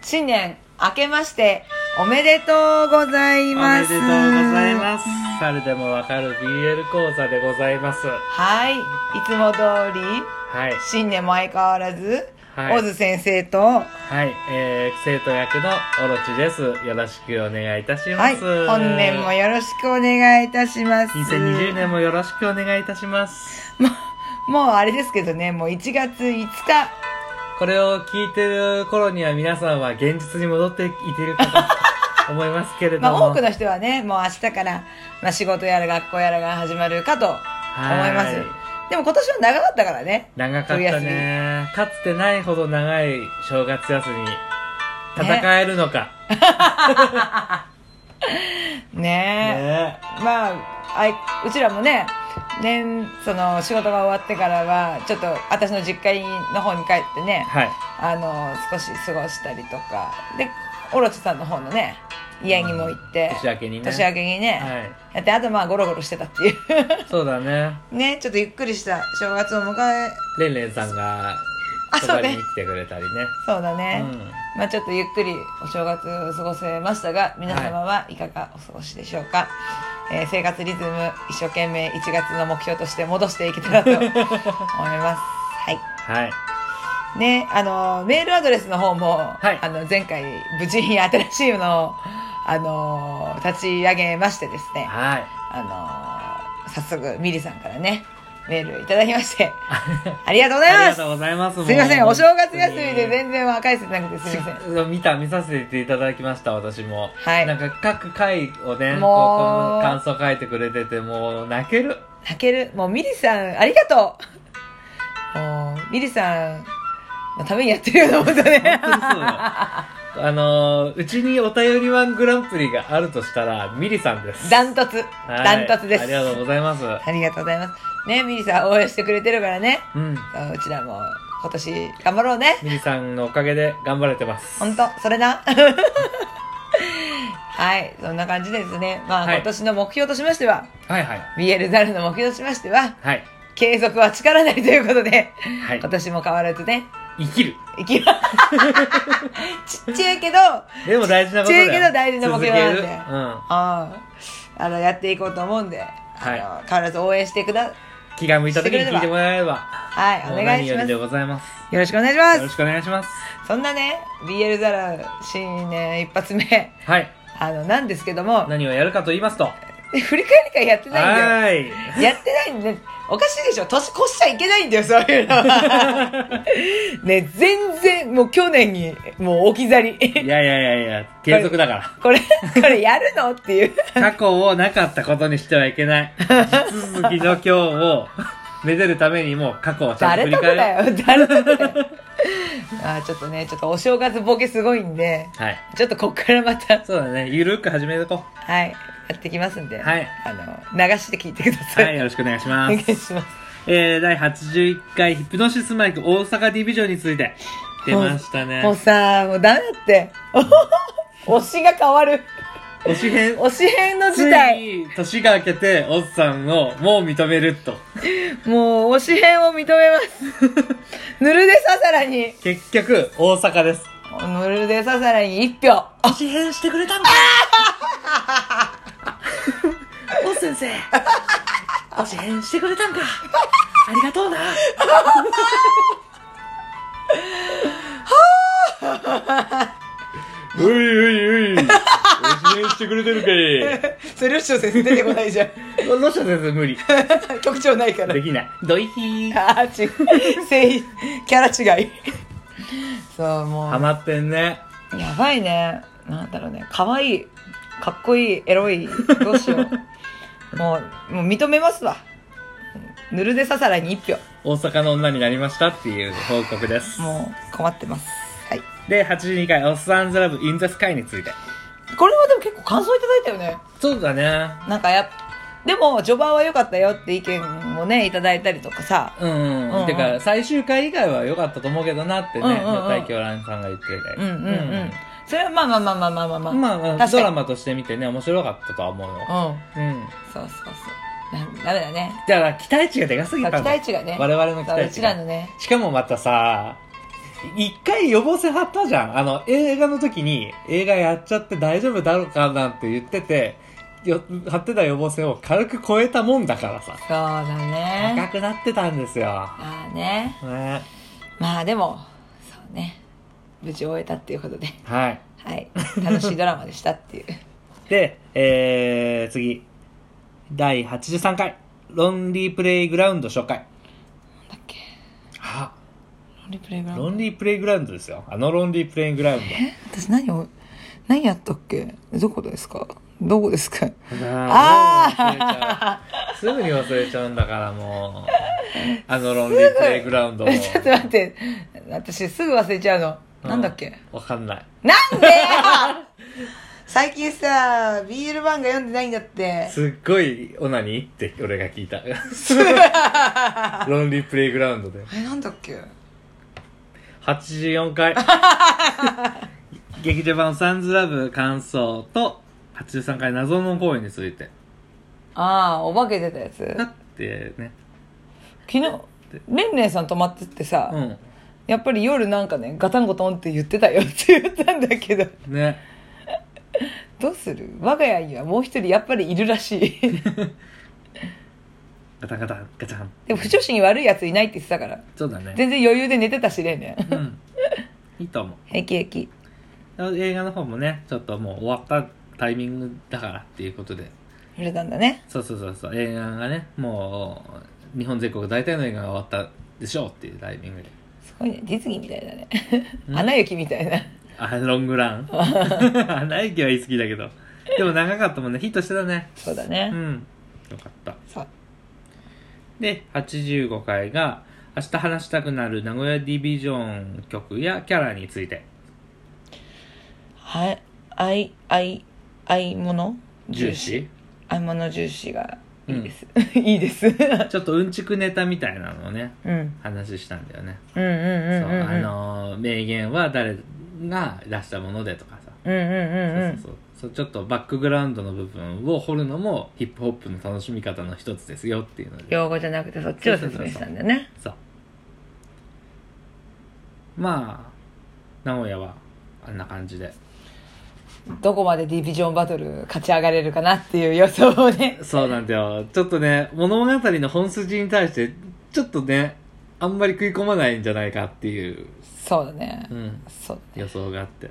新年明けましておめでとうございおまめすでとうございます猿でもわかる BL 講座でございますはいいつも通りはい新年も相変わらず、はいオズ先生とはい、えー、生徒役のオロチですよろしくお願いいたしまはい、す、本年もよろしくお願いいたします。 2020年もよろしくお願いいたしますもう、もうあれですけどね、もう1月5日。これを聞いてる頃には皆さんは現実に戻っていてるかと思いますけれど まも、あ多くの人はね、もう明日から、まあ仕事やら学校やらが始まるかと思いますはい。でも今年は長かったからね。長かったねかつてないほど長い正月休み戦えるのかねねねえ。まあ、あいうちらもね、年、その仕事が終わってからは、ちょっと私の実家の方に帰ってね、はいあの、少し過ごしたりとか、で、オロチさんの方のね、家にも行って、年明けにね年明けにね、はいやってあとまあゴロゴロしてたっていう そうだね。ねちょっとゆっくりした正月を迎えレンレンさんが、あそそうばねに来てくれたりね。そうだね、うんまあちょっとゆっくりお正月を過ごせましたが皆様はいかがお過ごしでしょうか、えー生活リズム一生懸命1月の目標として戻していけたらと思い ますはいはい。ねあのメールアドレスの方も、はいあの前回無事に新しいのをあの立ち上げましてですねはい。あのー早速、ミリさんからね、メールいただきまして、ありがとうございあまりがすとうございます。すいません、もうお正月休みで本全然若いせてなくてすいません。当に見た、見させていただきました、私も。はいなんか各回をね、もうここの感想書いてくれてて、もう泣ける。泣ける。もうミリさん、ありがとうもう、ミリさんのためにやってるようなこと ね。 本当にそうだよあのー、うちにお便りワングランプリがあるとしたら、ミリさんです。ダントツ。はいダントツです。ありがとうございます。ありがとうございます。ね、ミリさん応援してくれてるからね。うん。そううちらも今年頑張ろうね。ミリさんのおかげで頑張れてます。本当それな はいそんな感じですねまあ、はい今年の目標としましてははいはい。 BL ザルの目標としましてははい。継続は力なりということで、はい今。年も変わらずね生きる。いきま ちっちゃいけどあでも大事なことだよちっちゃいけど大事な目標なんで続けるうん。ああのやっていこうと思うんで、はいあの変わらず応援してくだ気が向いた時に聞いてもらえれば。はいおも願うい何しよますりでよございます。ろしくお願いしまよろすしくお願いします。そんなね BL ザラ新年一発目はい。あのなんですけども何をやるかと言いますと。は振り返り会やってないんだよーい。やってないんで、おかしいでしょ年越しちゃいけないんだよ、そういうの は。ね、全然、もう去年に、もう置き去り。いやいやいやいや、継続だかこれ、これやるのっていう。ら。過去をなかったことにしてはいけない。地続きの今日をめでるためにもう過去をちゃんと振誰り得返だよ、誰る。得だよ。あーちょっとね、ちょっとお正月ボケすごいんで、はい。ちょっとこっからまた、そうだね。ゆるく始めてこはい、やってきますんで、はいあの、流して聞いてくだう。さい。はい。よろしくお願いしおま願いす。します。えー、第81回ヒプノシスマイク大阪ディビジョンについて出ましたねもう。さ、もうダメだって。 推しが変わる。推し編推し編のつ時代。いに年が明けておっさんをもう認めるともう、推し編を認めます。 ぬるでささらに、結局大阪ですぬるでささらに一票。推し編してくれたんか おっ先生推し編してくれたんかありがとう なういういうい推し編してくれてるかそれ、ロッショ先生出てこないじゃ ん。い ロシア先生無理特徴ないから。できないドイヒーあー、違う。性、キャラ違い。そう、もハう、マってんねやばいね。なんだろうね。可愛いい。かっこいい。エロい。どうしよう。 もう、もう認めますわ。ぬるでささらに一票。大阪の女になりましたっていう報告ですもう、困ってます。はい。で82回「おっさんずラブ・イン・ザ・スカイ」についてこれはでも結構感想いただいたよね。そうだねなんかやっでも序盤は良かったよって意見もねいただいたりとかさうん、うんうんてか最終回以外は良かったと思うけどなってねうんうんうん女体狂乱さんが言っててうんうんうん、それはまあまあまあまあまあまあまあまあ、ま確あ、かドにラマとして見てね面白かったとは思うよ、うんうん、そうそうそうなダメだねだから期待値がでかすぎ期たんだ待値がね我々の期待値がうちらのねしかもまたさ一回予防線張ったじゃん。あの、映画の時に、映画やっちゃって大丈夫だろうかなんて言ってて、よ張ってた予防線を軽く超えたもんだからさ。そうだ高ねくなってたんですよ。まあねね。まあでもそうね無事終えたっていうことではい。はい楽しいドラマでしたっていうで、えー、次。第83回、ロンリープレイグラウンド紹介。なんだっけあ、ロンリープレイグラウンドロンリープレイグラウンドですよ。あのロンリープレイグラウンえ私何を何やったっけどこですかどこです かド。あもう忘れちゃうすぐに忘れちゃうんだからもう。あのロンリープレイグラウンドを。ちょっと待って私すぐ忘れちゃうの、 なんだっけわかんない。なんでよ 最近さ BL 漫画読んでないんだってすっごいオナニーって俺が聞い た。ロンリープレイグラウンドで。えなんだっけ84回。劇場版サンズラブ感想と、83回謎の公演について。ああお化け出たやつだってね。昨日レンレンさん泊まってってさ、うん。やっぱり夜なんかねガタンゴトンって言ってたよって言ったんだけどね。どうする我が家にはもう一人やっぱりいるらしい ガタンガタン、ガチャン。でも不調子に悪いやついないって言ってたからそうだね。全然余裕で寝てたしレンレンうん。いいと思う。平気平気映画の方もね、ちょっともう終わったタイミングだからっていうことで。触れたんだねそうそうそうそう。映画がね、もう、日本全国大体の映画が終わったでしょうっていうタイミングで。すごいねディズニーみたいだねアナ雪みたいなあ、ロングラン。 アナ雪は言い過ぎだけど。でも長かったもんね。ヒットしてたね。そうだうね、ん。よかった。そうで、85回が、明日話したくなる名古屋ディビジョン曲やキャラについて。はいあいあいあいもの重視あいもの重視がいいです、 いいですちょっとうんちくネタみたいなのをね、うん話したんだよね。うんうんうんそううんあのー名言は誰が出したものでとかさ、うんうんうんうんそうそうそうちょっとバックグラウンドの部分を掘るのもヒップホップの楽しみ方の一つですよっていうので用語じゃなくてそっちを説明したんだよねそうまあ名古屋はあんな感じでどこまでディビジョンバトル勝ち上がれるかなっていう予想をねそうなんだよちょっとね物語の本筋に対してちょっとねあんまり食い込まないんじゃないかっていう、そうだね、うん、そう予想があって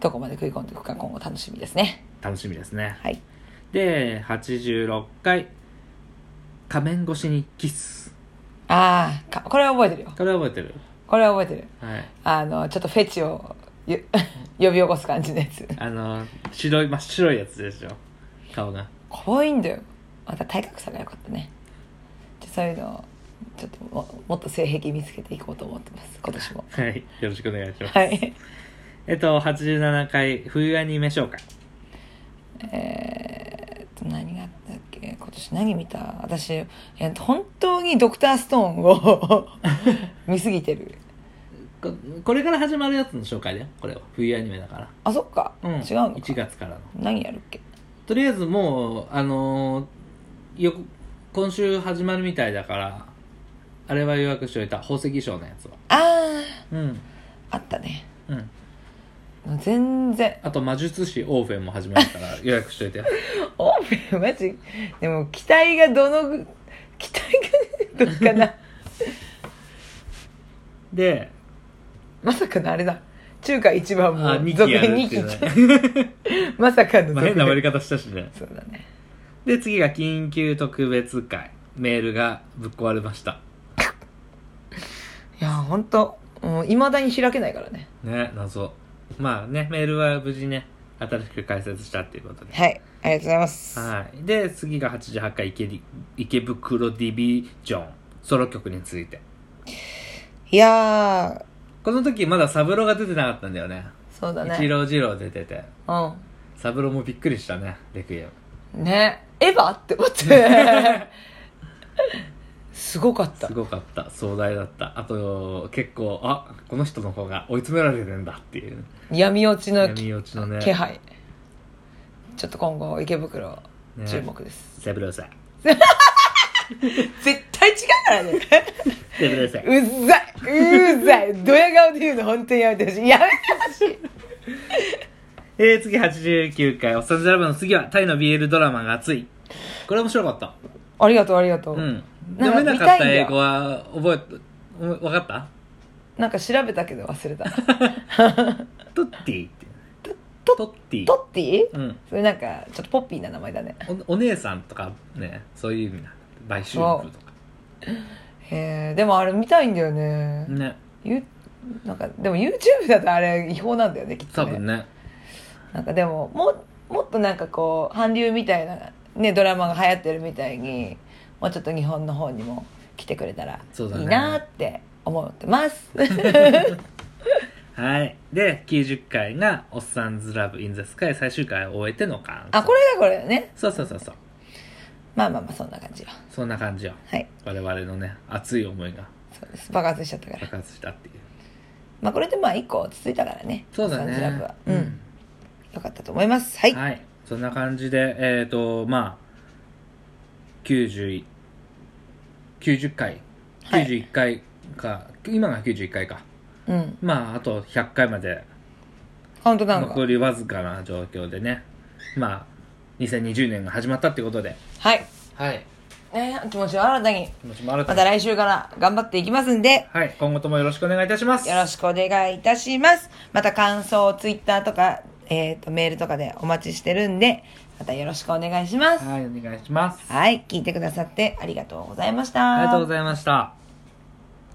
どこまで食い込んでいくか今後楽しみですね楽しみですねはいで86回「仮面越しにキスああこれは覚えてるよ」これ覚えてるこれは覚えてるはいあのちょっとフェチをよ呼び起こす感じのやつあの白い真っ白いやつでしょ顔が可愛いんだよまた体格差が良かったねじゃあそういうのをちょっとももっと性癖見つけていこうと思ってます今 年もはいよろしくお願いします、はいえっと87回冬アニメ紹介えーっと何があったっけ今年何見た私えーっと本当にドクターストーン を見すぎてるここれから始まるやつの紹介だよこれは冬アニメだかあそっか、ら、違うのか1月からの何やるっけとりあえずもうあのーよ今週始まるみたいだからあれは予約しておいた宝石商のやつはあうんああったねうん全然 あと魔術師オーフェンも始まるから予約しといてオープンマジでも期待がどのぐ期待がどっかな でまさかのあれだ中華一番もあ二続期や編る2って期いうね まさかの まあ続変な終わ編り方したしねそうだね で次が緊急特別会メールがぶっ壊れましたいや本当もういまだに開けないからねね謎まあねメールは無事ね新しく解説したっていうことではいありがとうございますはいで次が88回池り池袋ディビジョンソロ曲についていやこの時まだサブローが出てなかったんだよねーそうだ一ね郎二郎出ててうサブローもびっくりしたねレクイエムんねエヴァって思って すごかったすごかった壮大だったあと結構あこの人の方が追い詰められてんだっていう闇落ちの闇落ちのね気配ちょっと今後池袋注目です、セブローさん絶対違うからね。やめてください。うざいうざいドヤ顔で言うの本当にやめてほしい。やめてほしい。えー、次89回、おっさんずラブの次は、タイの BL ドラマが熱い。これ面白かった。ありがとう、ありがとう。うん。なん読か見めなかったいんただよ英語は、覚えた、おわかったなんか調べたけど忘れた。トッティって。トトッティ。トッティうん。それなんか、ちょっとポッピーな名前だね。おお姉さんとかね、そういう意味なんだ。買収力とか。へえ、でもあれ見たいんだよね。ね。ゆなんか、でも YouTube だとあれ違法なんだよね、きっ多とね分。ね。なんかでも、も、もっとなんかこう、韓流みたいな、ね、ドラマが流行ってるみたいに、もうちょっと日本の方にも来てくれたらそうだねいいなって思って ます。はい。で、90回が、おっさんずラブインザスカイ最終回を終えての感想。あ、これがこれだね。そうそうそうそう。まあまあまあ、そんな感じよ。そんな感じよ。はい。我々のね、熱い思いがそうです。爆発しちゃったから。爆発したっていう。まあ、これでまあ、一個落ち着いたからね。そうだサンジラブねは。うん。よかったと思います。はい。はい、そんな感じで、えっ、と、まあ、90、90回、はい91回か、今が91回か。うん。まあ、あと100回まで、本当なんか。残りわずかな状況でね、まあ、2020年が始まったってことで、はい。はい、ね、気持ちを新たに、気持ちも新たまにた来週から頑張っていきますんで、はい、今後ともよろしくお願いいたします。よろしくお願いいたします。また感想をツイッターとか、えっ、と、メールとかでお待ちしてるんで、またよろしくお願いします。はい、お願いします。はい。聞いてくださってありがとうございました。ありがとうございました。